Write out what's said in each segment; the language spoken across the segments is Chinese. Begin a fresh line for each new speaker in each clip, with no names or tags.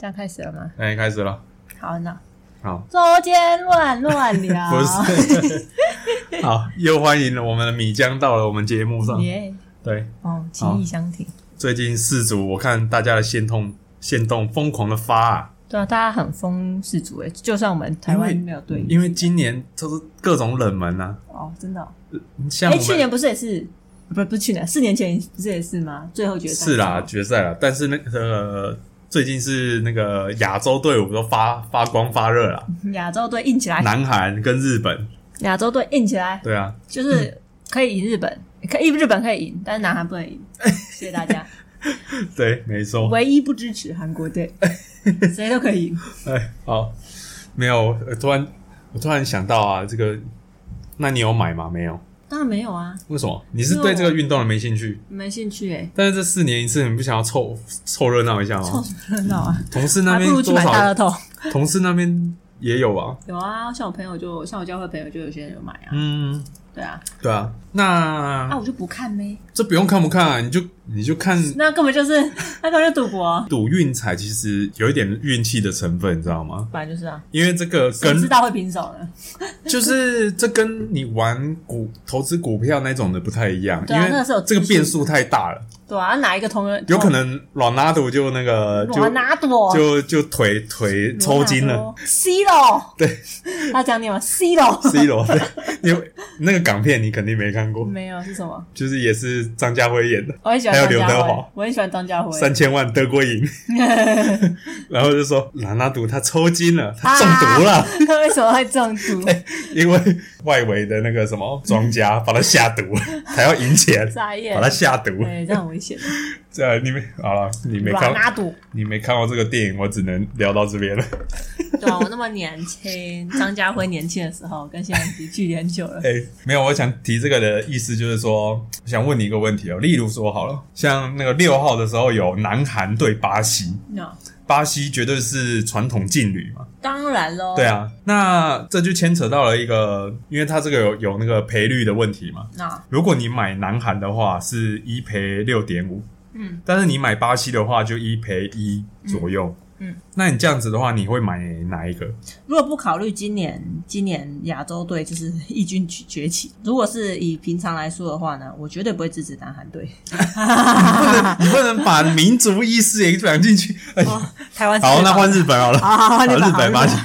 样开始了吗？
哎，开始了，
好，那
好，
周间乱乱聊，
不是，
啊
好，又欢迎我们的米江到了我们节目上。
耶
对，
哦，情
好
意相挺。
最近四组我看大家的线动线动疯狂的发啊，
对啊，大家很风世足诶，就算我们台湾
因为
没有对
因为今年都是各种冷门啊，
哦，真的哦。
像
哎，
我
去
们
年不是也是，不不是去年，四年前不是也是吗？最后决赛
是啦，决赛啦，但是那个、呃、最近是那个亚洲队伍都发发光发热啦，
亚洲队硬起来，
南韩跟日本，
亚洲队硬起来，
对啊，
就是可以赢日本，可以日本可以赢，但是南韩不能 赢。谢谢大家，
对，没错，
唯一不支持韩国 队，谁都可以赢。
哎，好，没有，呃突然我突然想到啊，这个，那你有买吗？没有。
当然没有啊，
为什么？你是对这个运动的没兴趣？
没兴趣诶，
但是这四年一次，你不想要凑凑热闹一下
凑
吗？
什么热闹啊？
同事那
还不
边
如去
多
买大
少
乐？透。
同事那边也有吧？
有啊，像我朋友就像我教会朋友就有些人有买啊，
嗯，
对啊，
对啊。
那、
那
我就不看呗，
这不用看不看啊，你就你就看
那根本就是 那根本就赌博，
赌运彩，其实有一点运气的成分，你知道吗？
本来就是啊，
因为这个
谁知
跟
道会平手呢？
就是这跟你玩股投资股票那种的不太一样，
对
因
啊
为
那个是有
这个
资讯
变数太大了，
对啊，哪一个同人
有可能 Ronaldo 就那个就
罗纳多
就就腿腿抽筋了。
，C 罗对，他讲你吗？C 罗
C 罗， 对因为那个港片你肯定没看过，
没有是什么？
就是也是张家辉演的，
我很喜
还
欢
有
张家
刘德
辉
华，
我很喜欢张家辉，
三千万德国赢，然后就说兰纳毒他抽筋了，他中毒了，
他 为什么会中毒？
哎因为外围的那个什么庄家把他下毒，还要赢钱
傻眼
把他下毒。
对，这样很危险。
这你们好了，你没
罗
看，
纳多，
你没看过这个电影，我只能聊到这边了。
对啊，我那么年轻，张家辉年轻的时候跟现在比距离很久了。
哎、没有，我想提这个的意思就是说，我想问你一个问题哦，例如说好了，像那个六号的时候有南韩对巴西，
那
巴西绝对是传统劲旅嘛，
当然喽，
对啊，那这就牵扯到了一个，因为它这个有有那个赔率的问题嘛。
那
如果你买南韩的话是一赔六点五，
嗯，
但是你买巴西的话就一赔一左右，
嗯嗯
那你这样子的话，你会买哪一个？
如果不考虑今年今年亚洲队就是异军崛起，如果是以平常来说的话呢，我绝对不会支持南韩队。
不能，你不能把民族意识也讲进去。哎
啊哦，台湾
好，那啊换日本好了，
好好好，
好
啊你
日本巴
吧
西，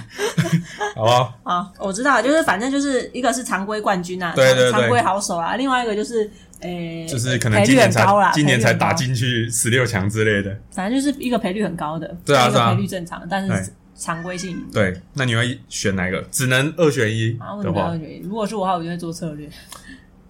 好 不好？
啊，我知道，就是反正就是一个是常规冠军啊，
对对对
常规好手啊，另外一个就是诶，
就是可能
赔
今
率
年
很
才
高啦，
今年才打
赔率很
进去十六强之类的。
高，反正就是一个赔率很高的，
对啊
一个
对啊
赔率正常的，但是
对
常规性赢。
对，那你会选哪一个？只能二选一
啊，为什
的
么要
话，
觉得？如果是我的话，我就会做策略。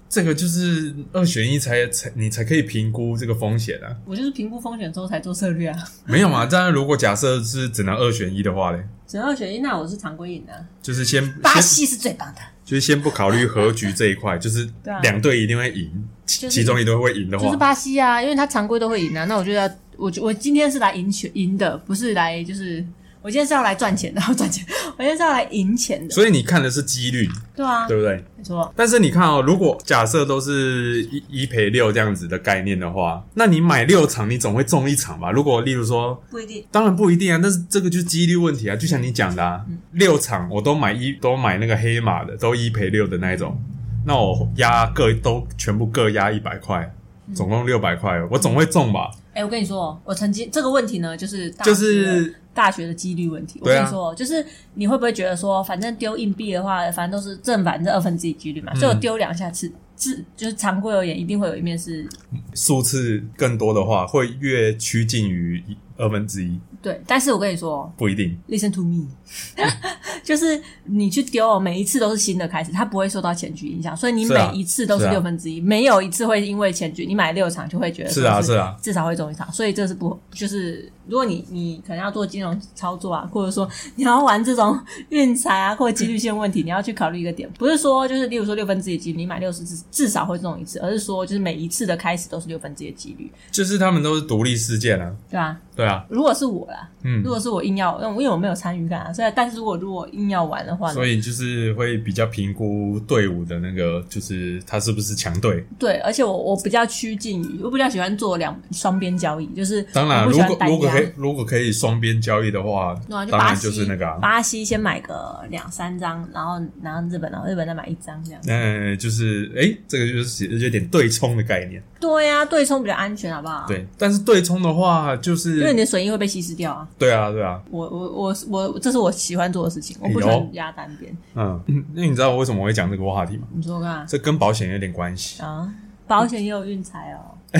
这个就是二选一才才你才可以评估这个风险啊。
我就是评估风险之后才做策略啊。
没有嘛？当然，如果假设是只能二选一的话嘞，
只要选一，那我是常规赢的啊。
就是先
巴
先
西是最棒的，
就是先不考虑和局这一块，就是
对啊
两队一定会赢，其
就是
其中一队会赢的
就是
话，
巴西啊，因为他常规都会赢啊。那我就要，我就我今天是来赢钱赢的，不是来就是我今天是要来赚钱的，然 后赚钱，我今天是要来赢钱的，
所以你看的是几率，
对啊，
对不对？
没错，
但是你看哦，如果假设都是一一赔六这样子的概念的话，那你买六场，你总会中一场吧？如果例如说，
不一定。
当然不一定啊，但是这个就是几率问题啊，就像你讲的啊，六场我都买一都买那个黑马的，都一赔六的那一种，那我压各都全部各压一百块，总共六百块，我总会中吧？
哎、我跟你说，我曾经这个问题呢，就是大学
就是
大学的几率问题。我
对啊
跟你说，就是你会不会觉得说，反正丢硬币的话，反正都是正反正二分之一几率嘛，
嗯
所以我丢两下次。是，就是常规而言，一定会有一面是
数次更多的话，会越趋近于一二分之一，
对，但是我跟你说，
不一定。
Listen to me，就是
嗯
你去丢，每一次都是新的开始，它不会受到前局影响，所以你
是啊
每一次都是
是啊
六分之一，没有一次会因为前局，你买六场就会觉得
是啊，
说
是啊，
至少会中一场，所以这是不就是如果你你可能要做金融操作啊，或者说你要玩这种运财啊或者几率线问题，你要去考虑一个点，不是说就是例如说六分之一的几率你买六十至至少会中一次，而是说就是每一次的开始都是六分之一的几率，
就是他们都是独立事件啊，
对吧、
对啊，
如果是我啦，
嗯
如，果是我硬要，因为我没有参与感啊，所以但是如果如果硬要玩的话呢，
所以就是会比较评估队伍的那个，就是他是不是强队。
对，而且我我比较趋近于，我比较喜欢做两双边交易，就是
当然，
我不
如
喜欢
果
单
如果
压
可以，如果可以双边交易的话，
对啊，就
当
巴
然
西
就是那个、啊，
巴西先买个两三张，然后然后日本，然后日本再买一张这样。
呃，就是哎、这个就是有点对冲的概念。
对呀、对冲比较安全，好不好？，
对，但是对冲的话，就
啊因为你的
是
损益会被稀释掉啊。
对啊，对啊，
我我我我，这是我喜欢做的事情，我
哎
不
呦
喜欢压单边。
嗯， 那你知道我为什么会讲这个话题吗？
你说干
这跟保险有点关系，
啊？保险也有运财哦，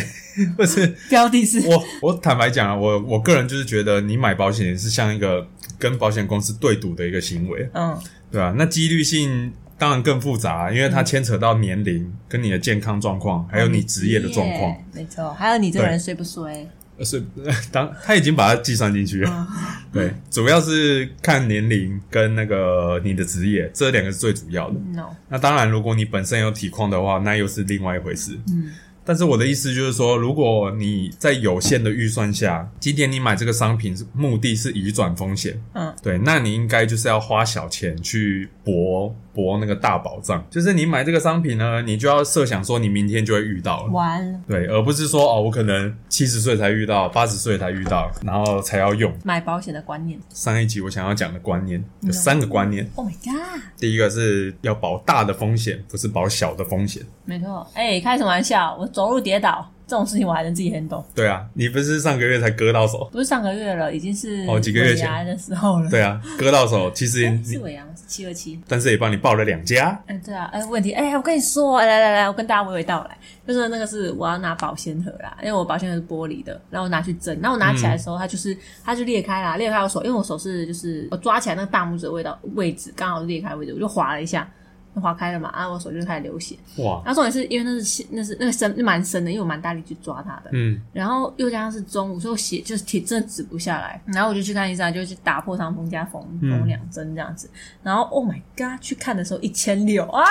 不是
标的是
我我坦白讲啊，我我个人就是觉得你买保险是像一个跟保险公司对赌的一个行为，
嗯
对啊，那几率性当然更复杂，因为它牵扯到年龄、跟你的健康状况，还有哦你职业的状况。，
没错，还有你这个人衰不衰？
呃是，当他已经把它计算进去了。 对，主要是看年龄跟那个你的职业，这两个是最主要的。
no，
那当然，如果你本身有体况的话，那又是另外一回事。
嗯，
但是我的意思就是说，如果你在有限的预算下，今天你买这个商品是目的是移转风险，
嗯，
对，那你应该就是要花小钱去博博那个大宝藏。就是你买这个商品呢，你就要设想说你明天就会遇到了。
完了，
对，而不是说哦，我可能七十岁才遇到，八十岁才遇到，然后才要用。
买保险的观念。
上一集我想要讲的观念有
嗯
三个观念，
Oh my god，
第一个是要保大的风险，不是保小的风险。
没错，哎，开什么玩笑？我走路跌倒这种事情我还能自己 handle，
对啊，你不是上个月才割到手？
不是上个月了，已经是
哦几个月前
尾牙的时候了。
对啊，割到手，其实
哎，
你
是尾牙，是七二七。
但是也帮你报了两家，
哎，对啊，哎，问题，哎，我跟你说，来来来，我跟大家娓娓道来，就是那个是我要拿保鲜盒啦，因为我保鲜盒是玻璃的，然后我拿去蒸，然后我拿起来的时候，它就是它就裂开啦，裂开我手，因为我手是就是我抓起来那个大拇指的味道位置刚好是裂开位置，我就划了一下，划开了嘛，啊然后我手就开始流血，
哇，
然后重点是因为那是细那是那个深蛮深的，因为我蛮大力去抓它的，
嗯，
然后又加上是中午，所以我血就是铁真的止不下来。然后我就去看医生，就去打破伤风加缝缝两针这样子。然后 Oh my God，去看的时候一千六啊，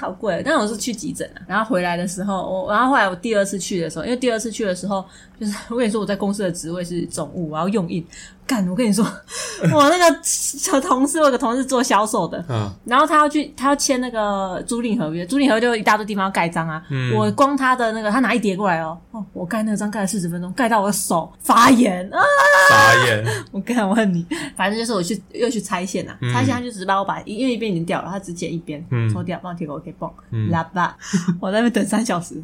好贵！但我是去急诊啊。然后回来的时候，我然后后来我第二次去的时候，因为第二次去的时候，就是我跟你说我在公司的职位是总务，我要用印。干，我跟你说， 我那个小同事，我有个同事做销售的，
啊，
然后他要去，他要签那个租赁合约，租赁合约就有一大堆地方要盖章啊。
嗯
我光他的那个，他拿一叠过来哦，哦，我盖那个章盖了四十分钟，盖到我的手发炎啊！
傻眼，
我干，我恨你。反正就是我去又去拆线啊，
嗯
拆线他就只是把我把因为一边已经掉了，他只剪一边、
嗯
抽掉，帮我贴给我可以蹦
嗯
喇 叭。我在那边等三小时，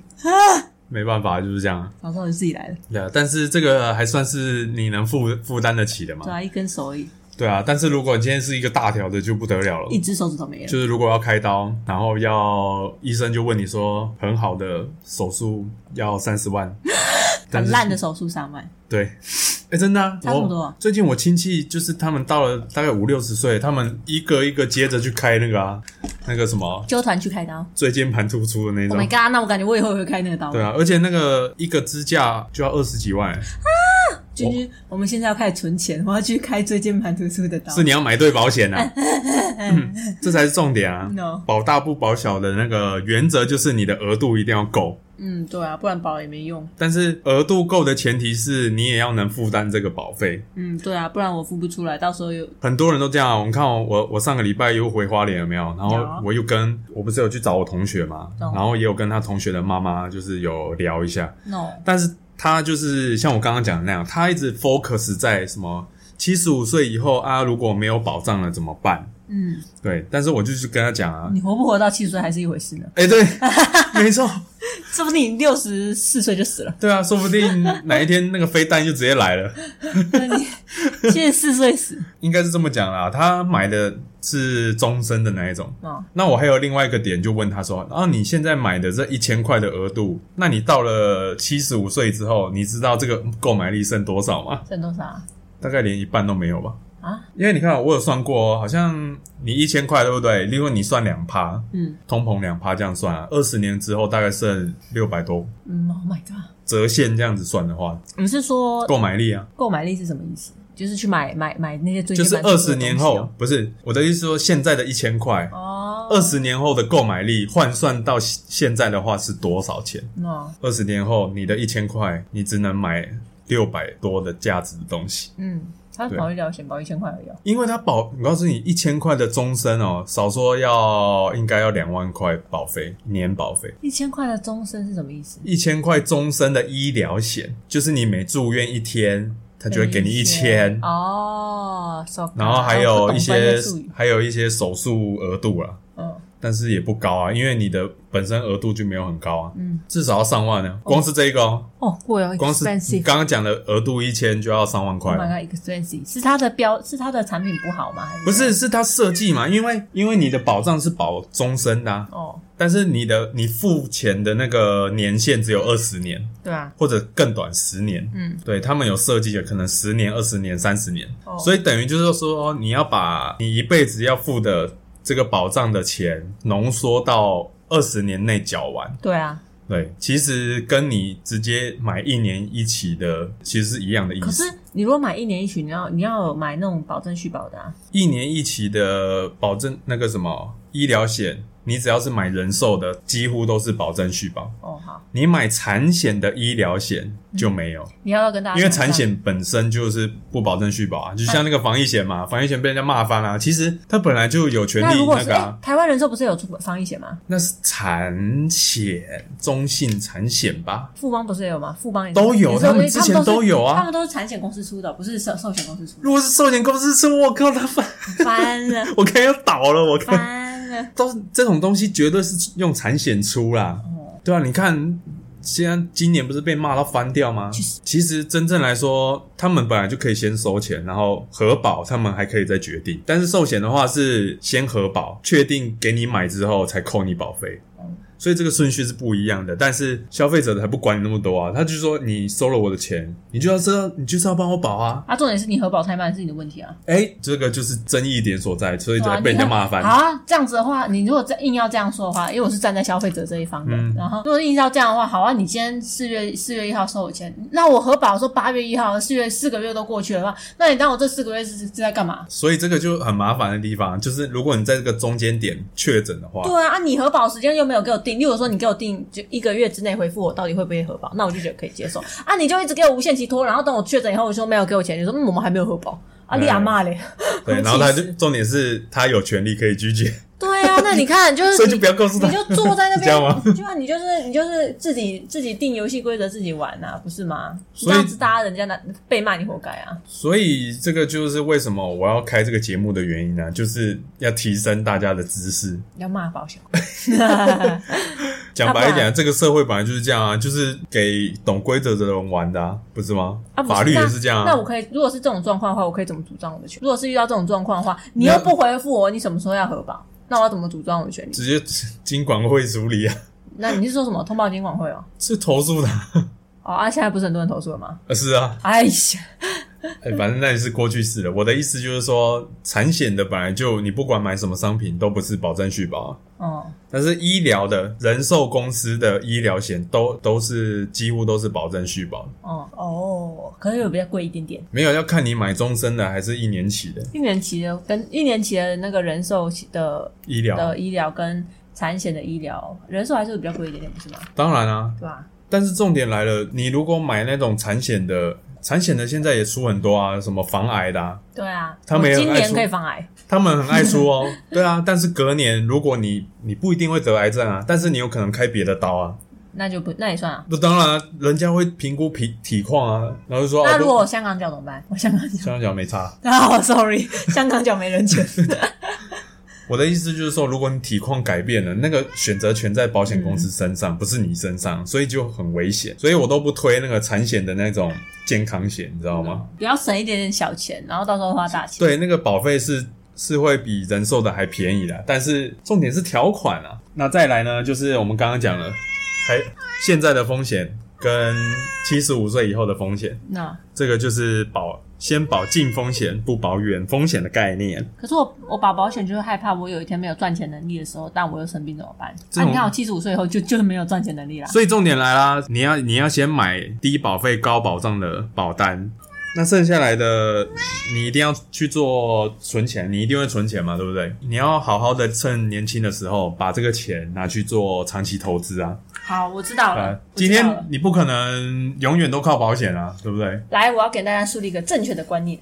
没办法，就是这样。啊
早上我就自己来了，
对啊，但是这个还算是你能负负担得起的嘛
对？啊，一根手而已，
对啊，但是如果今天是一个大条的，就不得了了。
一只手指头没了。
就是如果要开刀，然后要医生就问你说，很好的手术要三 十万，但
很
是
烂的手术三万，
对，哎、真的、啊，
差不
我
多
最近我亲戚就是他们到了大概五六十岁，他们一个一个接着去开那个啊，那个什么
纠团去开刀。
椎间盘突出的那
Oh
种
my。god！那我感觉我以后也会开那个刀。
对啊，而且那个一个支架就要二十几万、
君君，我们现在要开始存钱，我要去开椎间盘突出的刀。
是你要买对保险
嗯
啊，嗯这才是重点啊
No
保大不保小的那个原则就是你的额度一定要够，
嗯，对啊，不然保也没用。
但是额度够的前提是你也要能负担这个保费。
嗯，对啊，不然我付不出来，到时候又
很多人都这样啊，我们看我我我上个礼拜又回花莲了没有？然后
有啊
我又跟我不是有去找我同学嘛，
懂
然后也有跟他同学的妈妈就是有聊一下，
no。
但是他就是像我刚刚讲的那样，他一直 focus 在什么七十五岁以后啊，如果没有保障了怎么办？
嗯，
对，但是我就去跟他讲啊，
你活不活到七十岁还是一回事呢，
哎、对， 没错，。
说不定你六十四岁就死了
对啊，说不定哪一天那个飞弹就直接来了，
那你 七十四岁死
应该是这么讲啦。他买的是终身的那一种。
哦，
那我还有另外一个点，就问他说：“啊，你现在买的这一千块的额度，那你到了七十五岁之后，你知道这个购买力剩多少吗？
剩多少啊？
大概连一半都没有吧。
啊，
因为你看，我有算过哦，好像你一千块对不对？例如你算两趴，
嗯
通膨两趴这样算、啊，二十年之后大概剩六百多，
嗯，Oh my god！
折现这样子算的话，
你是说
购买力啊，
购买力是什么意思？就是去买买买那些椎
就
间
是
盘突出的
二十年
东
后
西，
不是我的意思说，现在的一千块，
哦
二十年后的购买力换算到现在的话是多少钱？
哦，
二十年后你的一千块，你只能买六百多的价值的东西，
嗯，他保医疗险保一千块而已、哦。
因为它保，我告诉你，一千块的终身哦，少说要应该要两万块保费，年保费。
一千块的终身是什么意思？
一千块终身的医疗险，就是你每住院一天，他就会给你一
嗯
千，
哦，so-
然后还有一
我不懂专
些
业术语
还有一些手术额度啊啦，
嗯
但是也不高啊，因为你的本身额度就没有很高啊，
嗯，
至少要上万呢、光是这一个哦，
哦，我有
光是你
expensive。
刚刚讲的额度一千就要上万
Oh
块了。啊
my god, expensive 是它的标是它的产品不好吗？还
不是，是它设计嘛？因为因为你的保障是保终身的、啊，
哦，
但是你的你付钱的那个年限只有二十年，
对啊，
或者更短十年。
嗯，
对他们有设计的，可能十年、二十年、三十年，
哦
所以等于就是说，哦你要把你一辈子要付的这个保障的钱浓缩到二十年内缴完。
对啊。
对，其实跟你直接买一年一期的其实是一样的意
可
思
是。你如果买一年一期，你要你要买那种保证续保的啊。
一年一期的保证那个什么医疗险，你只要是买人寿的，几乎都是保证续保。
哦，好，
你买产险的医疗险就没有，
你要不要跟大家
因
讲
为
一下
产险本身就是不保证续
嗯
保啊，就像那个防疫险嘛，防疫险被人家骂翻了、其实它本来就有权
那
利
如果哎
那
是、
个、啊
哎，台湾人寿不是有出防疫险吗？
那是产险，中信产险吧？
富邦不是也有吗？富邦也是
都有啊
也是
他们
因为
之前
是
都有啊
他们都是产险公司出的，不是寿寿险公司出的。
如果是寿险公司说，我靠，他翻，
翻了，
我看要倒了，我看
翻 了。
都是这种东西绝对是用产险出啦。
哦，
对啊，你看，现在今年不是被骂到翻掉吗？
其实
其实真正来说，他们本来就可以先收钱，然后核保，他们还可以再决定。但是寿险的话是先核保，确定给你买之后才扣你保费
嗯。
所以这个顺序是不一样的，但是消费者才不管你那么多啊！他就说你收了我的钱，你就要知道，你就是要帮我保啊！
啊，重点是你核保太慢是你的问题啊。
哎、这个就是争议点所在，所以
对啊
才被人家骂翻。
你看好啊，这样子的话，你如果再硬要这样说的话，因为我是站在消费者这一方的，
嗯
然后如果硬要这样的话，好啊，你今天四月四月一号收我钱，那我核保说八月一号、四月四个月都过去了的话，那你当我这四个月是是在干嘛？
所以这个就很麻烦的地方，就是如果你在这个中间点确诊的话，
对啊，啊，你核保时间又没有给我定，例如说你给我定就一个月之内回复我到底会不会核保，那我就觉得可以接受啊，你就一直给我无限期拖，然后等我确诊以后，我说没有给我钱，你说嗯我们还没有核保啊，你阿妈嘞，
对，
很
然后他
气
就
死
重点是他有权利可以 拒绝，
对啊，那你看就是
所以就
你
不要告诉他
你就坐在那
是这样吗
边， 就啊，你就是你就是自己自己定游戏规则自己玩啊，不是吗？这
所以
样子大家人家拿被骂你活该啊！
所以这个就是为什么我要开这个节目的原因呢、啊就是要提升大家的知识。
要骂保险，
讲白一
要不
点、啊
然
这个社会本来就是这样啊，就是给懂规则的人玩的、啊，不是吗？
啊不是
法律也
那
是这样
那
啊
我。可以，如果是这种状况的话，我可以怎么主张我的权利？如果是遇到这种状况的话，你又不回复我，你什么时候要核保？那我要怎么主张我的权利？
直接 经管会处理啊，
那你是说什么通报监管会哦？
是投诉的啊、
哦啊，现在不是很多人投诉了吗？
啊是啊，
哎呀，
哎反正那也是过去式了。我的意思就是说，产险的本来就你不管买什么商品都不是保证续保啊、
哦，
但是医疗的人寿公司的医疗险都都是几乎都是保证续保，
哦，哦，可是有比较贵一点点。
没有要看你买终身的还是一年期的
一年期的跟一年期的那个人寿的
医疗。
的医疗跟产险的医疗，人寿还是比较贵一点点，不是吗？
当然啊，
对吧？
但是重点来了，你如果买那种产险的，产险的现在也出很多啊，什么防癌的、啊，
对啊，
他们也
我
很
今
爱
年
出
可以防癌，
他们很爱出哦。对啊，但是隔年如果你你不一定会得癌症啊，但是你有可能开别的刀啊。
那就不那也算啊。
那当然、啊，人家会评估体体况啊，然后就说
那如果
哦，
我香港脚怎么办？我香港脚，
香港脚没差。
啊，sorry，香港脚没人 权。
我的意思就是说，如果你体况改变了，那个选择权在保险公司身上，不是你身上，所以就很危险。所以我都不推那个产险的那种健康险，你知道吗？
比较省一点点小钱，然后到时候花大钱。
对，那个保费是是会比人寿的还便宜的，但是重点是条款啊。那再来呢，就是我们刚刚讲了，还现在的风险跟七十五岁以后的风险，
那
这个就是保先保近风险不保远风险的概念。
可是我我保保险就是害怕，我有一天没有赚钱能力的时候，但我又生病怎么办？
这
啊，
种
你看我七十五岁以后就就是没有赚钱能力啦。
所以重点来啦，你要你要先买低保费高保障的保单，那剩下来的你一定要去做存钱，你一定会存钱嘛，对不对？你要好好的趁年轻的时候把这个钱拿去做长期投资啊。
好，我知道了。
啊，
我知
今
道
天
了
你不可能永远都靠保险啊，对不对？
来，我要给大家树立一个正确的观念。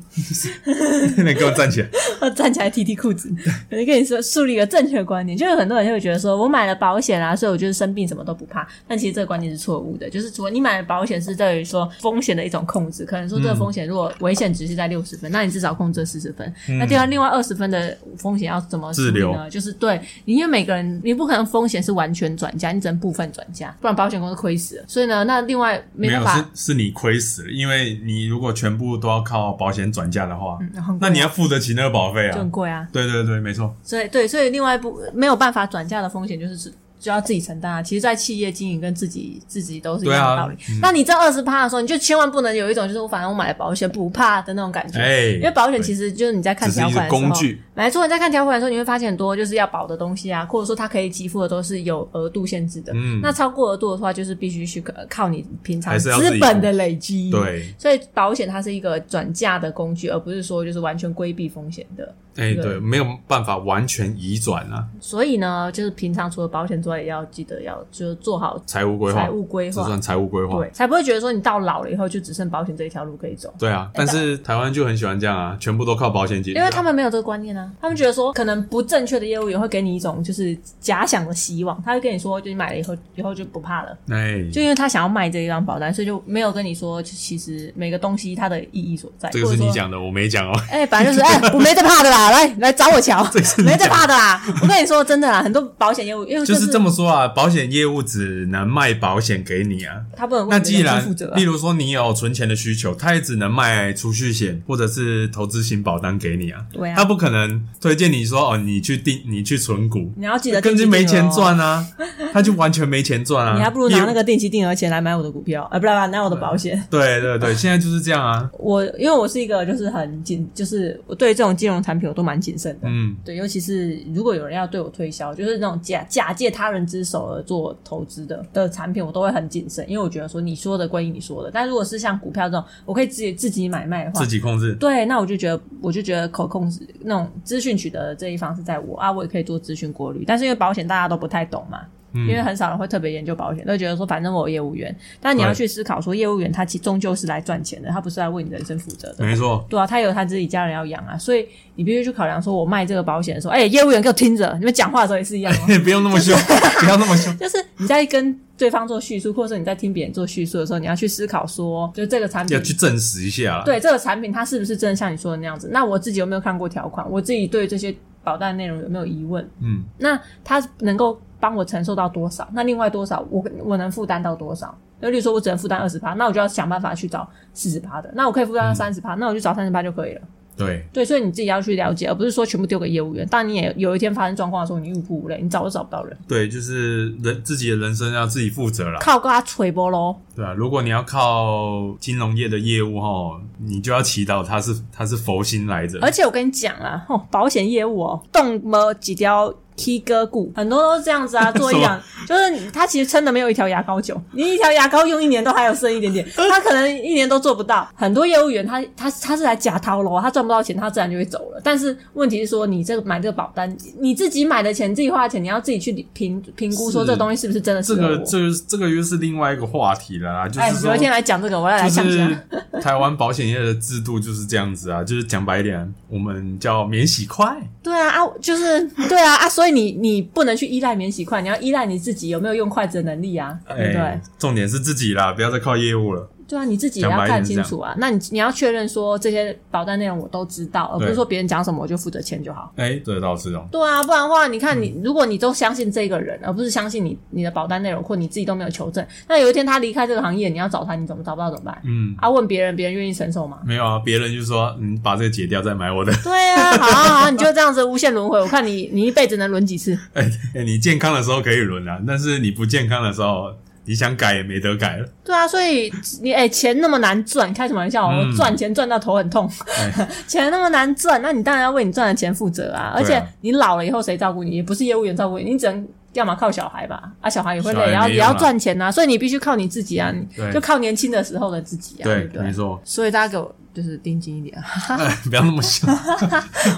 你给我站起来，
站起来踢踢裤 子。我就跟你说，树立一个正确的观念，就是很多人就会觉得说，我买了保险啊，所以我就是生病什么都不怕。但其实这个观念是错误的，就是除了你买了保险是在于说风险的一种控制，可能说这个风险如果危险值是在六十分，那你至少控制四十分。那另外另外二十分的风险要怎么处理
嗯自留
呢？就是对，因为每个人你不可能风险是完全转嫁，你只能部分转嫁，不然保险公司亏死了。所以呢，那另外没
没
办
有
法
是，是你亏死了，因为你如果全部都要靠保险转嫁的话，
嗯很贵
那你要付得起那个保费
就很
啊。
贵啊。
对对对，没错。
所以对，所以另外一部没有办法转嫁的风险就是只就要自己承担啊。其实，在企业经营跟自己自己都是一样的道理。
对啊嗯
那你这二十趴的时候，你就千万不能有一种就是我反正我买了保险不怕的那种感觉，
哎
因为保险其实嗯就是你在看
只是
条
一
款
个
的时候，
工具，
没错，你在看条款的时候，你会发现很多就是要保的东西啊，或者说它可以给付的都是有额度限制的。
嗯
那超过额度的话，就是必须去呃靠你平常
还是要自
资
己
本的累积。。
对，
所以保险它是一个转嫁的工具，而不是说就是完全规避风险的。
哎、
对
对，没有办法完全移转啊，
所以呢，就是平常除了保险之外，也要记得要就是做好
财务规划，
财务规
这
划，
算财务规划。
对，才不会觉得说你到老了以后就只剩保险这一条路可以走。
对啊，但是台湾就很喜欢这样啊，全部都靠保险解决
哎
啊、
因为他们没有这个观念啊，他们觉得说可能不正确的业务也会给你一种就是假想的希望，他会跟你说，就你买了以后以后就不怕了，
哎、
就因为他想要卖这一张保单，所以就没有跟你说，就其实每个东西它的意义所在。
这个是
或
你
者说，
讲的，我没讲哦。
哎、反正就是哎、我没在怕的啦， 来来找我瞧，
是你
没在
讲的
怕的啦。我跟你说真的啦，很多保险业务因为
就是这
么，
么说啊，保险业务只能卖保险给你啊。
他不能为
那
你的
既
人生
然
负责、，啊
例。如说你有存钱的需求，他也只能卖储蓄险或者是投资型保单给你啊。
对啊
他不可能推荐你说哦，你去定，你去存股，
你要记得
根
定期
本
定
没
额
钱
哦，
赚啊，他就完全没钱赚啊。
你还不如拿那
业务
个定期定额钱来买我的股票，啊，不然拿我的保险。
对对对，现在就是这样啊。
我因为我是一个就是很谨，就是我对这种金融产品我都蛮谨慎的。
嗯，
对，尤其是如果有人要对我推销，就是那种假假借他人之手而做投资的的产品，我都会很谨慎，因为我觉得说你说的归你说的，但如果是像股票这种，我可以自己自己买卖的话
自，己控制。
对，那我就觉得，我就觉得口控制那种资讯取得的这一方是在我啊，我也可以做资讯过滤，但是因为保险大家都不太懂嘛。
嗯
因为很少人会特别研究保险，都会觉得说反正我有业务员，但你要
对
去思考说业务员他其终究是来赚钱的，他不是来为你人生负责的。
没错，
对啊，他有他自己家人要养啊，所以你必须去考量说，我卖这个保险的时候，哎、业务员给我听着，你们讲话的时候也是一样哦。
不用那么凶，不要那么凶。
就是你在跟对方做叙述，或者说你在听别人做叙述的时候，你要去思考说，就这个产品
要去证实一下啦。
对这个产品，它是不是真的像你说的那样子？那我自己有没有看过条款？我自己对这些保单内容有没有疑问？
嗯，
那它能够帮我承受到多少？那另外多少我我能负担到多少？就例如说我只能负担二十趴，那我就要想办法去找四十趴的。那我可以负担到三十趴，那我就找三十趴就可以了。
对，
对，所以你自己要去了解，而不是说全部丢给业务员。当你也有一天发生状况的时候，你欲哭无泪，你找都找不到人，
对，就是人自己的人生要自己负责啦。
靠跟他吹波喽。
对啊，如果你要靠金融业的业务哈，你就要祈祷他是他是佛心来着。
而且我跟你讲啦，哦，保险业务哦，动么几条 T 哥骨，很多都是这样 子啊，做一样，就是他其实撑的没有一条牙膏久， 你一条牙膏用一年都还有剩一点 点，他可能一年都做不到。很多业务员他他他是来假掏喽，他赚不到钱，他自然就会走了。但是问题是说，你这个买这个保单，你自己买的钱，自己花的钱，你要自己去评评估说
是
这个东西是不是真的适
这
合我。
个这个这个又是另外一个话题了啦，就
哎
是，说
有一，天来讲这个，我要来
就
想一下。
是台湾保险业的制度就是这样子啊，就是讲白一点，我们叫免洗快，
对啊啊，就是对啊啊，所以你你不能去依赖免洗筷，你要依赖你自己有没有用筷子的能力啊，对不对？
哎，重点是自己啦，不要再靠业务了。
对啊，你自己也要看清楚啊。那你你要确认说这些保单内容我都知道，而不是
对
说别人讲什么我就负责签就好。
哎，这倒是哦，
对啊，不然的话，你看
嗯
你，如果你都相信这个人，而不是相信你你的保单内容，或你自己都没有求证，那有一天他离开这个行业，你要找他，你怎么找不到怎么办？
嗯，
啊，问别人，别人愿意承 受吗？
没有啊，别人就说你把这个解掉再买我的，
对啊，好啊好啊，你就这样子无限轮回，我看你你一辈子能轮几次？
哎，哎你健康的时候可以轮啊，但是你不健康的时候，你想改也没得改了。
对啊，所以你哎、钱那么难赚，你开什么玩笑？
嗯
我赚钱赚到头很痛，
哎
钱那么难赚，那你当然要为你赚的钱负责啊！而
对
且
啊
你老了以后谁照顾你？也不是业务员照顾你，你只能要么靠小孩吧，啊，小孩也会
小孩
累，然后
没
也
用啊
要赚钱啊，所以你必须靠你自己啊，你
对
就靠年轻的时候的自己啊，对不，
对没
对？
错，
所以大家给我就是盯紧一点。啊
哎， 不要那么 想。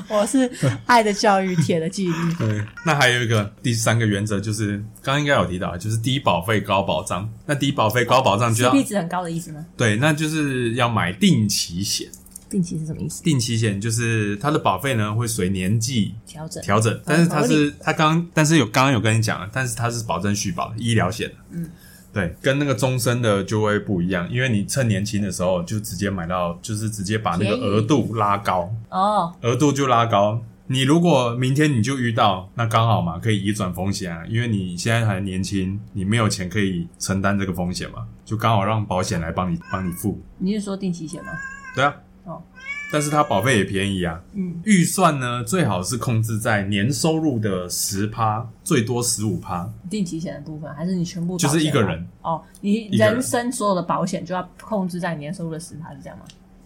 我是爱的教育，铁的纪律。
对，那还有一个第三个原则就是，刚刚应该有提到，啊就是低保费高保障。那低保费高保障就要
CP 值很高的意思吗？
对，那就是要买定期险。
定期是什么意思？
定期险就是它的保费呢会随年纪
调整。
调整，但是它是它刚，但是有刚刚有跟你讲了，但是它是保证续保的医疗险，嗯，对，跟那个终身的就会不一样，因为你趁年轻的时候就直接买到，就是直接把那个
便宜
额度拉高，
哦，
额度就拉高。你如果明天你就遇到，那刚好嘛，可以移转风险啊，因为你现在还年轻，你没有钱可以承担这个风险嘛，就刚好让保险来帮你帮你付，
你是说定期险吗？
对啊，
哦，
但是它保费也便宜啊，
嗯，
预算呢，最好是控制在年收入的十趴，最多十五趴。
定期险的部分还是你全部保
就是一个
险吗
人
哦，你
一个人
人生所有的保险就要控制在你年收入的十趴，是这样吗？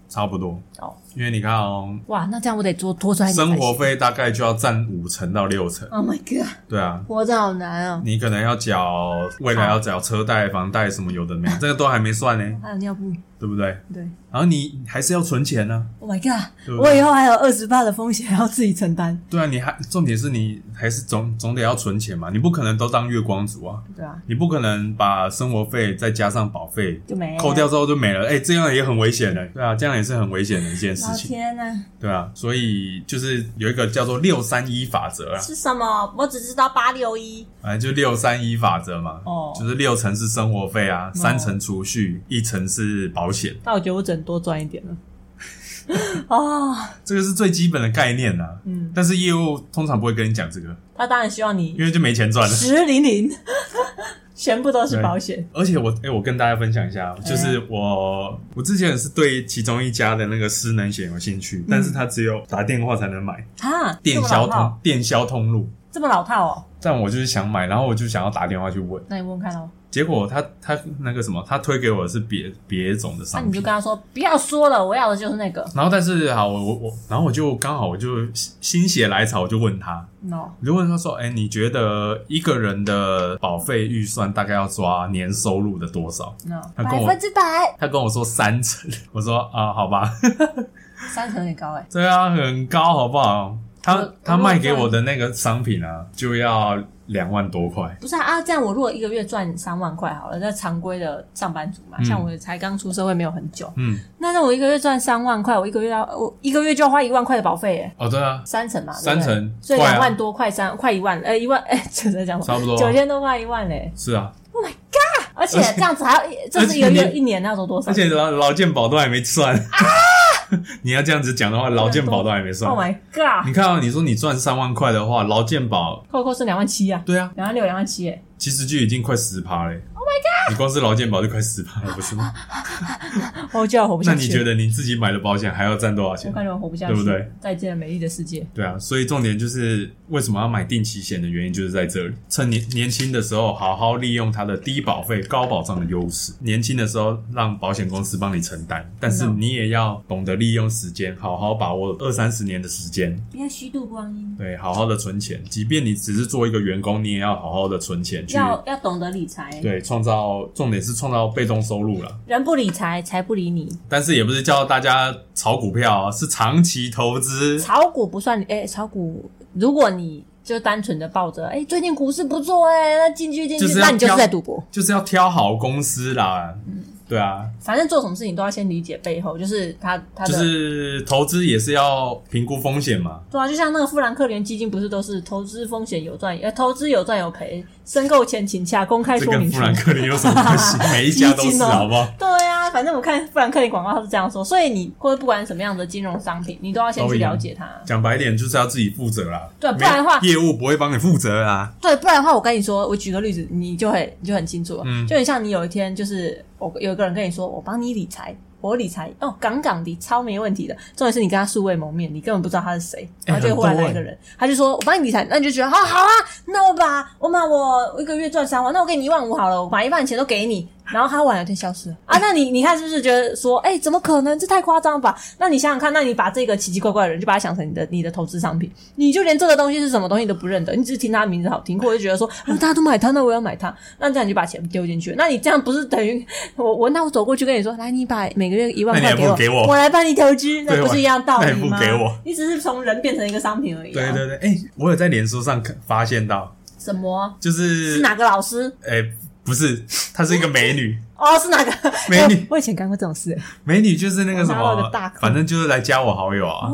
差不多。
哦，
因为你看哦，
哇，那这样我得多多赚一点才
生
行
活。费大概就要占五成到六成，
Oh my god，
对啊，
活着好难哦。
你可能要缴未来要缴车贷、房贷什么有的没，这个都还没算呢，
还有尿布，
对不对？
对
然后你还是要存钱呢、
，Oh my god，
对不
我
对
以后还有二十八的风险要自己承担。
对啊，你还重点是你还是总总得要存钱嘛，你不可能都当月光族啊，
对啊，
你不可能把生活费再加上保费
就没了
扣掉之后就没了，哎、这样也很危险的，对啊，这样也是很危险的一件事
老
情，
天呐，
对啊，所以就是有一个叫做六三一法则啊，
是什么？我只知道八六一。
反正就六三一法则嘛，
哦
就是六成是生活费啊，三成储蓄，一成是保险，
那我觉得我只能多赚一点了。 哦，
这个是最基本的概念呐、
嗯，
但是业务通常不会跟你讲这个，
他当然希望你
因为就没钱赚了。
十零零，全部都是保险。
而且我哎、我跟大家分享一下，啊
哎
就是我我之前是对其中一家的那个失能险有兴趣，但是它只有打电话才能买，
哈，嗯啊这
电
么
销
老套
通，电销通路。
这么老套哦？
但我就是想买，然后我就想要打电话去问，
那你问问看哦。
结果他他那个什么，他推给我的是别别种的
那
商
你就
品
跟。他说不要说了，我要的就是那个。
然后但是好，我我我，然后我就刚好我就心心血来潮，我就问他，
no，
我就问他说，哎、你觉得一个人的保费预算大概要抓年收入的多少？
no，
他跟我
百分之百，
他跟我说三成，我说啊，好吧，
三成有点高哎、
对啊，很高，好不好？
我
他
我
他卖给我的那个商品啊，就要两万多块。
不是啊，啊这样我如果一个月赚三万块好了，在常规的上班族嘛，
嗯
像我才刚出社会没有很久，
嗯，
那那我一个月赚三万块，我一个月要我一个月就要花一万块的保费哎、
哦，对啊，
三成嘛，
三
对不对
成
所以
快啊
两万多块三快一万，呃，一万 哎，这在讲什
差
么？
不多啊
九千多块一万嘞，
是啊，
而且这样子还要，这是一个
而且
月
你
一年要多多少
而且劳劳健保都还没算。
啊
你要这样子讲的话，劳健保都还没
？Oh
算。
my god！
你看啊，你说你赚三万块的话，劳健保
扣扣是两万七啊，
对啊，
两万六、两万七哎，
其实就已经快十趴嘞。Oh my god！你光是劳健保就快十趴了，不是吗？
哦我就要活不
那
下去。
你觉？得你自己买的保险还要占多少
我
钱？
感觉我活不下去，
对不对？
再见美丽的世界。
对啊，所以重点就是为什么要买定期险的原因就是在这里，趁年年轻的时候好好利用它的低保费、高保障的优势。年轻的时候让保险公司帮你承担，但是
嗯
你也要懂得利用时间，好好把握二三十年的时间，
不要虚度光阴，
对，好好的存钱。即便你只是做一个员工，你也要好好的存钱去，
要要懂得理财。
对，创造重点是创造被动收入啦。
人不理财，财不理你。
但是也不是叫大家炒股票、哦，是长期投资。
炒股不算理，哎，炒股如果你就单纯的抱着，哎，最近股市不错哎，那进去进
就
去
是，要
那你就是
挑
在赌博。
就是要挑好公司啦，对啊，
反正做什么事情都要先理解背后，就是他他
就
的
是投资也是要评估风险嘛，
对啊，就像那个富兰克林基金，不是都是投资风险有赚，呃，投资有赚有赔，申购前请洽公开
这
说
跟
明
富
书。
兰克林有什么 关系？每一家都
基
是，
金哦
好不好？
对啊，反正我看富兰克林广告他是这样说，所以你或者不管什么样的金融商品，你都要先去了解它。
讲白点就是要自己负责啦，
对不然的话
没有业务不会帮你负责啊。
对，不然的话，我跟你说，我举个例子，你就很你就很清楚了。
嗯
就很像你有一天，就是我有一个人跟你说，我帮你理财，我理财哦，杠杠的，超没问题的。重点是你跟他素未谋面，你根本不知道他是谁，
哎
然后就忽然来一个人，他就说我帮你理财，那你就觉得啊好啊，那我把我把我一个月赚三万，那我给你一万五好了，我把一半钱都给你，然后他玩有点消失了啊。那你你看是不是觉得说，哎、怎么可能？这太夸张吧？那你想想看，那你把这个奇奇怪怪的人，就把他想成你的你的投资商品，你就连这个东西是什么东西都不认得，你只是听他名字好听，或者就觉得说，啊，大家都买它，那我要买它，那这样你就把钱丢进去，那你这样不是等于我我那我走过去跟你说，来，你把每个月一万
那
块
哎你还
给
不
我，
给我
来帮你投资，那
对
不是一样道理
那你不
吗？
给我，
你只是从人变成一个商品而已、啊。
对，对对，哎、我有在脸书上看发现到，
什么？
就是
是哪个老师？
哎、不是，她是一个美女，
哦，是哪个
美女
我以前干过这种事。
美女就是那个什
我拿了
么
个大，坑
反正就是来加我好友啊。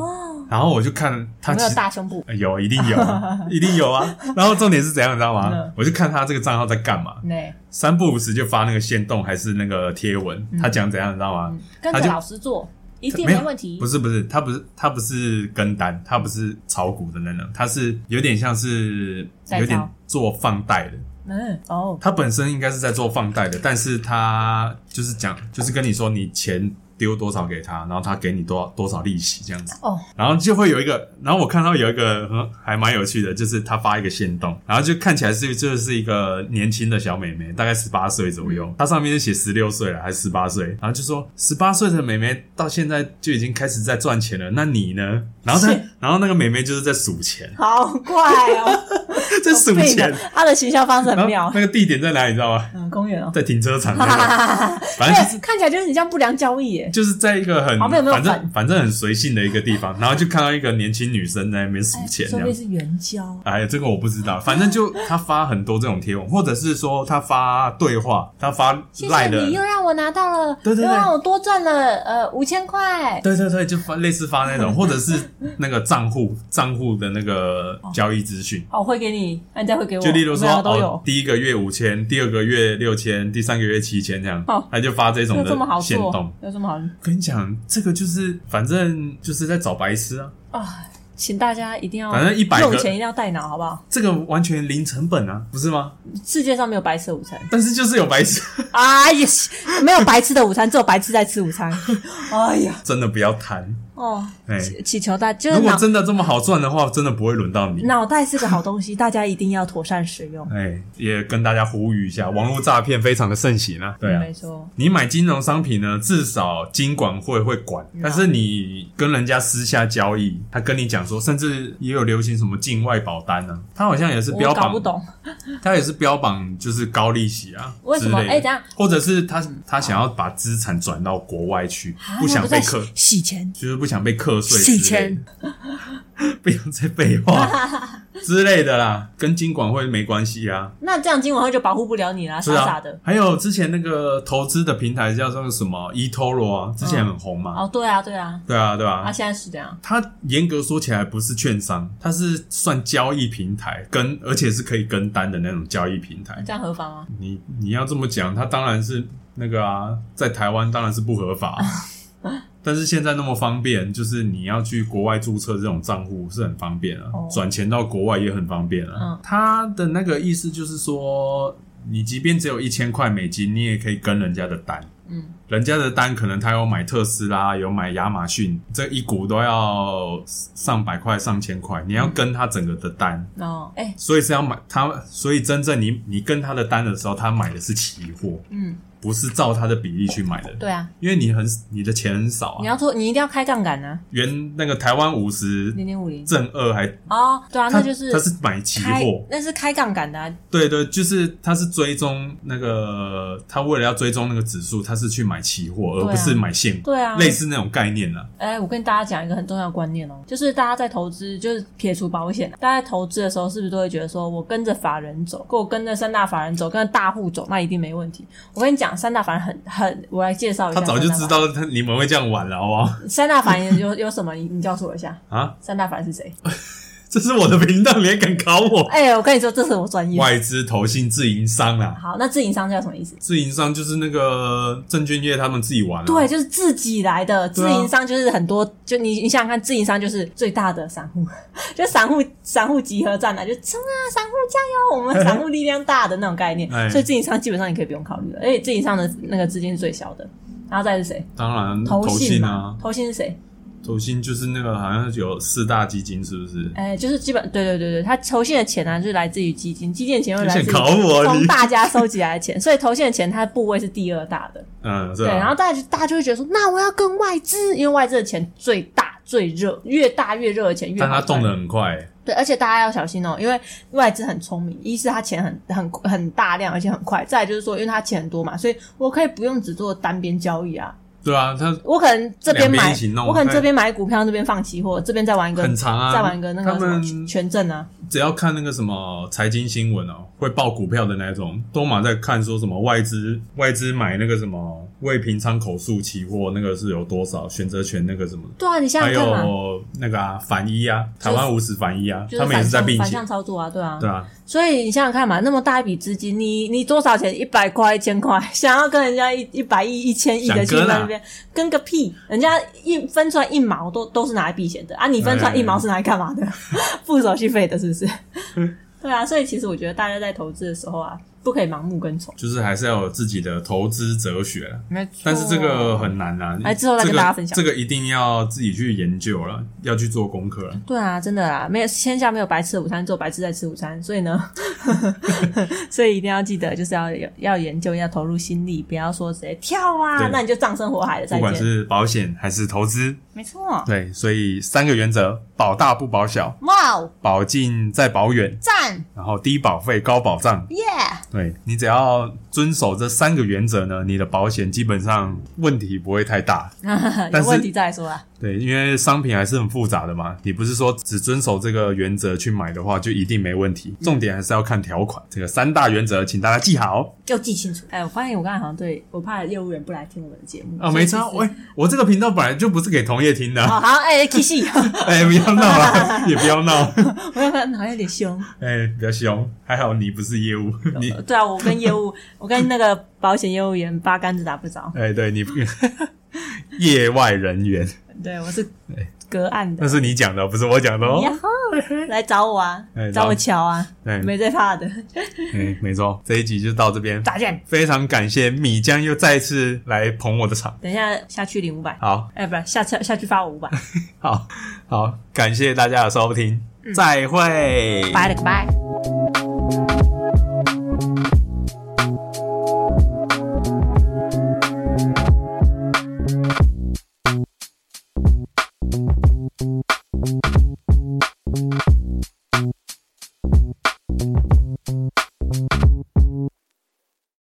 然后我就看她
有没
其
有
实
大胸部？
呃有，一定有， 一定有啊。然后重点是怎样，你知道吗
嗯？
我就看她这个账号在干嘛，
对，
三不五时就发那个线动还是那个贴文，
嗯
她讲怎样，你知道吗？
跟
他
着
就
老师做，一定
没有
嗯问题
不。是不是，她不是她不是跟单，她不是炒股的那种，她是有点像是
代操
有点做放贷的。
嗯，哦，
她本身应该是在做放贷的，但是她就是讲，就是跟你说你钱丢多少给她，然后她给你多少多少利息这样子。
哦，
然后就会有一个，然后我看到有一个嗯还蛮有趣的，就是她发一个线动，然后就看起来是就是一个年轻的小妹妹，大概十八岁左右，她上面是写十六岁了还是十八岁，然后就说十八岁的妹妹到现在就已经开始在赚钱了，那你呢？然后她
是，，
然后那个妹妹就是在数钱
好怪 哦，
在数
对
钱
的，，他的行销方式很
然后
妙。
那个地点在哪里，你知道吗？
嗯，公园哦，
在停 车场那
哈
个，
哈哈哈
反正就是
对，看起来就是很像不良交易耶。
就是在一个很
旁边有哦没有
反正
反
反正很随性的一个地方，然后就看到一个年轻女生在那边数钱，这
说不
样
定。是援交。
哎，这个我不知道，反正就他发很多这种贴文，或者是说他发对话，他发
谢
赖
谢
的
你，又让我拿到了，
对对对
又让我多赚了呃五千块。
对对对，就发类似发 那种，或者是那个账户账户的那个交易资讯，
哦，会给你，那你再会给我，
就例如
我们
说
两个都有
哦，，第一个月五千，第二个月六千，第三个月七千这样
哦，
他就发这种
有这么好
的限动
做。，有这么好
跟你讲，这个就是反正就是在找白痴啊，
啊！请大家一定要，
反正100
用
个
钱一定要带脑，好不好？
这个完全零成本啊，不是吗？
世界上没有白吃的午 餐。
但是就是有白痴，
哎呀，没有白吃的午餐，只有白痴在吃午餐。 哎呀，
真的不要贪。
哦，
哎，
祈祈求大就
如
是
果
脑
真的这么好赚的话，真的不会轮到你。
脑袋是个好东西，大家一定要妥善使用。
哎，也跟大家呼吁一下，网络诈骗非常的盛行啊。对啊，
没错，
你买金融商品呢，至少金管会会管，嗯但是你跟人家私下交易，他跟你讲说，甚至也有流行什么境外保单呢、啊，他好像也是标
我搞
榜
不，懂
他也是标榜就是高利息啊，
为什么
之类的
哎等一下
或者是他他想要把资产转到国外去，
啊
不
那
想
在
被课，
洗钱。
就是不想被课税
洗
之类
钱
的， 不想再废话 之类的啦，跟金管会没关系啊。
那这样今晚会就保护不了你啦，
是
傻
啊，
傻的。
还有之前那个投资的平台叫做什么 eToro 啊，之前很红嘛。
哦，对啊，对啊，
对啊，对
他
啊。
现在是这样，
它严格说起来不是券商，它是算交易平台，跟而且是可以跟单的那种交易平台。
啊这样合法吗？
你你要这么讲，它当然是那个啊，在台湾当然是不合 法啊、但是现在那么方便，就是你要去国外注册这种账户是很方便啊
哦，
转、钱到国外也很方便啊
嗯。
它的那个意思就是说，你即便只有一千块美金，你也可以跟人家的单。
嗯，
人家的单可能他有买特斯拉，有买亚马逊，这一股都要上百块、上千块，你要
嗯
跟他整个的单，
哦，哎，
所以是要买他，所以真正你你跟他的单的时候，他买的是期货，
嗯，
不是照他的比例去买的。
对啊，
因为你很你的钱很少
你
啊，
要做，你一定要开杠杆啊，
原那个台湾五十
零点五零。
正二还
哦，对啊，
他
那就是
他是买期
开
货，，
那是开杠杆的啊。
对对，就是他是追踪那个他为了要追踪那个指数，他是去买期货，而
对啊
不是买现货，
对啊，
类似那种概念啊啦。
哎，我跟大家讲一个很重要的观念哦，就是大家在投资，就是撇除保险，大家在投资的时候是不是都会觉得说，我跟着法人走，跟我跟着三大法人走，跟着大户走，那一定没问题。我跟你讲，三大法人很很，我来介绍一下
他
三大
早
法人。
就知道他你们会这样玩了，好不好？
三大法人有有什么，你你告诉我一 下，
啊，
三大法人是谁？
这是我的频道，你还敢考我？
哎，我跟你说，这是我专业。
外嗯资、投信、自营商啦，
好，那自营商叫什么意思？
自营商就是那个证券业他们自己玩、啊，
对，，就是自己来的。
对啊
自营商就是很多，就你你想想看，自营商就是最大的散户， 就散户散户集合站啊，就冲啊，散户加油，我 们散户力量大的那种概念
哎。
所以自营商基本上你可以不用考虑了，而哎且自营商的那个资金是最小的。然后再是谁？
当然
投
信
信
啊
嘛，，投信是谁？
投信就是那个好像有四大基金，是不是？
哎，就是基本对对对对，他投信的钱呢、啊，就是来自于基金，基金的钱会来自于
有点搞我啊你
从大家收集来的钱，所以投信的钱它的部位是第二大的。
嗯，是
对，
吧？
然后大家就大家就会觉得说，那我要跟外资，因为外资的钱最大最热，越大越热的钱越
但
好
它
赚
动。得很快，
对，而且大家要小心哦，因为外资很聪明，一是它钱很很很大量，而且很快；再来就是说，因为它钱很多嘛，所以我可以不用只做单边交易啊，
对啊，它
我可能这边
两边
买
一起，弄哎
我可能这边买股票，那边放期货，这边再玩一个，
很长啊。
再玩一个那个
他
什么
们
权证啊。
只要看那个什么财经新闻哦，会报股票的那种，都马在看说什么外资外资买那个什么未平仓口数期货，那个是有多少选择权那个什么，
对啊，你想
还
想看嘛，
有那个啊反一啊，
就
台
是
湾五十反一啊，
就是
哎他们也
反
是在
向
并
反
行
向，操作啊，对啊。
对啊，
所以你想想看嘛，那么大一笔资金，你你多少钱？一百块、一千块，想要跟人家一一百亿、一千亿的去
想跟啊
那边跟个屁！人家一分出来一毛都都是拿来避险的啊，你
哎
分出来一毛是拿来干嘛的？ 付手续费的，是不是？ 对啊，所以其实我觉得大家在投资的时候啊，不可以盲目跟从。
就是还是要有自己的投资哲学啦。
没错
但是这个很难啊，
哎之后再跟
这个
大家分享
这个一定要自己去研究了，要去做功课了。
对啊，真的啦，没有天下没有白吃的午餐，只有白吃在吃午餐。所以呢， 所以一定要记得，就是要有要研究，要投入心力，不要说直接跳啊
对，
那你就葬身火海了。再
不管
见，
是保险还是投资，
没错。
对，所以三个原则：保大不保小，
哇哦，
保近再保远，
赞
然后低保费高保障。
耶
对你只要遵守这三个原则呢，你的保险基本上问题不会太大。
有
但是
问题再来说啦。啊
对，因为商品还是很复杂的嘛，你不是说只遵守这个原则去买的话就一定没问题。重点还是要看条款。这个三大原则，请大家记好
给我记清楚。哎，我发现我刚才好像对我怕业务员不来听我们的节目
啊！没差，
我
喂，我这个频道本来就不是给同业听 的，
好好哎，K 系，
哎，不要闹啊，也不要闹，
我要看好像有点凶。
哎，不要凶，还好你不是业务，你
对啊，我跟业务，我跟那个保险业务员八竿子打不着。
哎，对你业外人员，
对，我是隔岸的
哎那。是你讲的，不是我讲的哦
呀。吼来找我啊
哎，嗯
找
找
我瞧啊，
对，
没在怕 的，
哎没错，这一集就到这边。
再见。
非常感谢米江又再次来捧我的场，
等一下下去领五百，
好
哎，不是下车下去发我五百，
好好，感谢大家的收听，再会，
拜了个拜。